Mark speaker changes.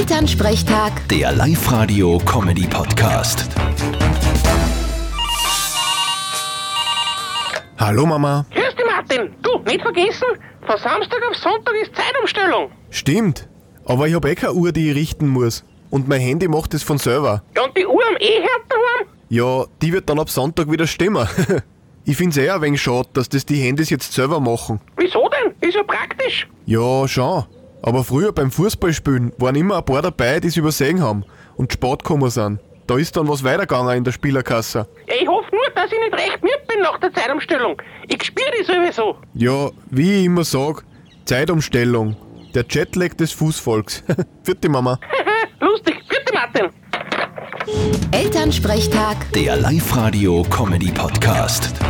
Speaker 1: Elternsprechtag,
Speaker 2: Der Live-Radio-Comedy-Podcast.
Speaker 3: Hallo Mama.
Speaker 4: Grüß dich, Martin. Du, nicht vergessen, von Samstag auf Sonntag ist Zeitumstellung.
Speaker 3: Stimmt. Aber ich hab eh keine Uhr, die ich richten muss. Und mein Handy macht es von selber.
Speaker 4: Ja, und die Uhr am eh E-Herd daheim?
Speaker 3: Ja, die wird dann ab Sonntag wieder stimmen. ich find's eh ein wenig schade, dass das die Handys jetzt selber machen.
Speaker 4: Wieso denn? Ist ja praktisch.
Speaker 3: Ja, schon. Aber früher beim Fußballspielen waren immer ein paar dabei, die's übersehen haben und spät gekommen sind. Da ist dann was weitergegangen in der Spielerkasse.
Speaker 4: Ja, ich hoffe nur, dass ich nicht recht müde bin nach der Zeitumstellung. Ich spüre die sowieso.
Speaker 3: Ja, wie ich immer sag, Zeitumstellung. Der Jetlag des Fußvolks. Vierte Mama.
Speaker 4: Lustig. Bitte, Martin.
Speaker 1: Elternsprechtag.
Speaker 2: Der Live-Radio-Comedy-Podcast.